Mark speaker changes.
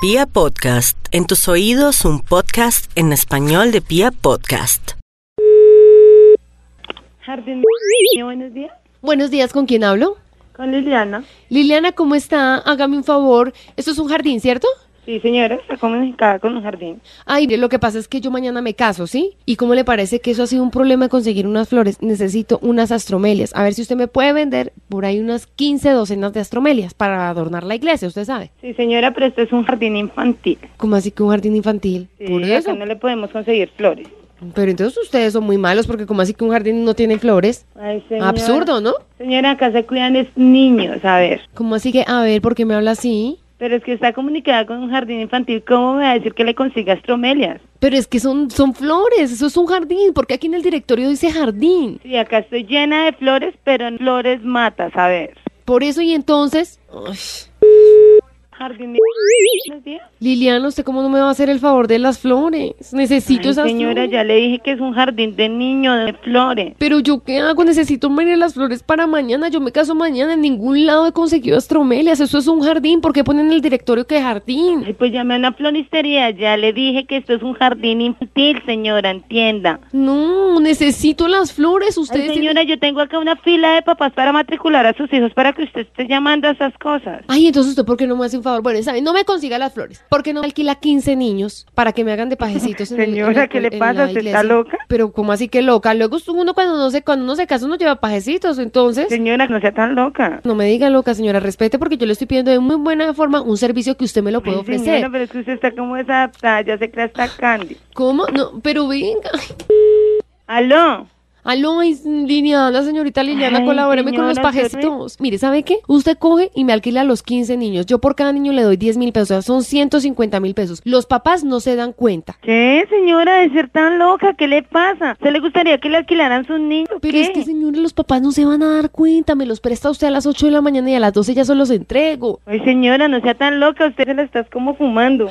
Speaker 1: Pia Podcast, en tus oídos un podcast en español de Pia Podcast.
Speaker 2: Jardín buenos días.
Speaker 3: Buenos días, ¿con quién hablo?
Speaker 2: Con Liliana.
Speaker 3: Liliana, ¿cómo está? Hágame un favor. Esto es un jardín, ¿cierto?
Speaker 2: Sí, señora, está comunicada con un jardín.
Speaker 3: Ay, lo que pasa es que yo mañana me caso, ¿sí? ¿Y cómo le parece que eso ha sido un problema de conseguir unas flores? Necesito unas astromelias. A ver si usted me puede vender por ahí unas 15 docenas de astromelias para adornar la iglesia, usted sabe.
Speaker 2: Sí, señora, pero este es un jardín infantil.
Speaker 3: ¿Cómo así que un jardín infantil?
Speaker 2: Sí,
Speaker 3: por
Speaker 2: acá
Speaker 3: eso.
Speaker 2: no le podemos conseguir flores.
Speaker 3: Pero entonces ustedes son muy malos porque como así que un jardín no tiene flores?
Speaker 2: Ay, señora.
Speaker 3: Absurdo, ¿no?
Speaker 2: Señora, acá se cuidan es niños, a ver.
Speaker 3: ¿Cómo así que, a ver, por qué me habla así?
Speaker 2: Pero es que está comunicada con un jardín infantil, ¿cómo me va a decir que le consigas tromelias?
Speaker 3: Pero es que son, son flores, eso es un jardín, porque aquí en el directorio dice jardín.
Speaker 2: Sí, acá estoy llena de flores, pero flores matas, a ver.
Speaker 3: Por eso y entonces... Ay,
Speaker 2: Jardín buenos días.
Speaker 3: Liliana, ¿usted cómo no me va a hacer el favor de las flores? Necesito
Speaker 2: Ay,
Speaker 3: esas
Speaker 2: señora,
Speaker 3: flores.
Speaker 2: ya le dije que es un jardín de niños, de flores.
Speaker 3: Pero yo qué hago, necesito venir las flores para mañana, yo me caso mañana, en ningún lado he conseguido astromelias, eso es un jardín, ¿por qué ponen en el directorio que jardín?
Speaker 2: Ay, pues llame a una floristería, ya le dije que esto es un jardín infantil, señora, entienda.
Speaker 3: No, necesito las flores,
Speaker 2: Ay,
Speaker 3: ustedes... tienen-
Speaker 2: señora, yo tengo acá una fila de papás para matricular a sus hijos para que usted esté llamando a esas cosas.
Speaker 3: Ay, entonces usted, ¿por qué no me hace un favor? Bueno, ¿sabe? No me consiga las flores. ¿Por qué no me alquila 15 niños para que me hagan de pajecitos en el- en
Speaker 2: Señora,
Speaker 3: el-
Speaker 2: ¿qué le
Speaker 3: en
Speaker 2: pasa?
Speaker 3: la
Speaker 2: ¿Usted está
Speaker 3: iglesia?
Speaker 2: loca?
Speaker 3: Pero, ¿cómo así que loca? Luego uno cuando no se, cuando uno se casa, uno lleva pajecitos, entonces...
Speaker 2: Señora, no sea tan loca.
Speaker 3: No me diga loca, señora, respete porque yo le estoy pidiendo de muy buena forma un servicio que usted me lo puede
Speaker 2: Ay, señora,
Speaker 3: ofrecer.
Speaker 2: pero es que usted está como desadaptada, ya sé que la está Candy.
Speaker 3: ¿Cómo? No, pero venga.
Speaker 2: ¿Aló?
Speaker 3: Aló, es Liliana, señorita Liliana,
Speaker 2: Ay,
Speaker 3: colabóreme con los
Speaker 2: señora, yo
Speaker 3: pajecitos. Mire, ¿sabe qué? Usted coge y me alquila a los 15 niños. Yo por cada niño le doy 10 mil pesos, o sea, son 150 mil pesos. Los papás no se dan cuenta.
Speaker 2: ¿Qué, señora, de ser tan loca? ¿Qué le pasa? ¿Se le gustaría que le alquilaran sus niños?
Speaker 3: Pero
Speaker 2: ¿Qué?
Speaker 3: es que, señora, los papás no se van a dar cuenta. Me los presta usted a las 8 de la mañana y a las 12 ya se los entrego.
Speaker 2: Ay, señora, no sea tan loca, usted se la está como fumando.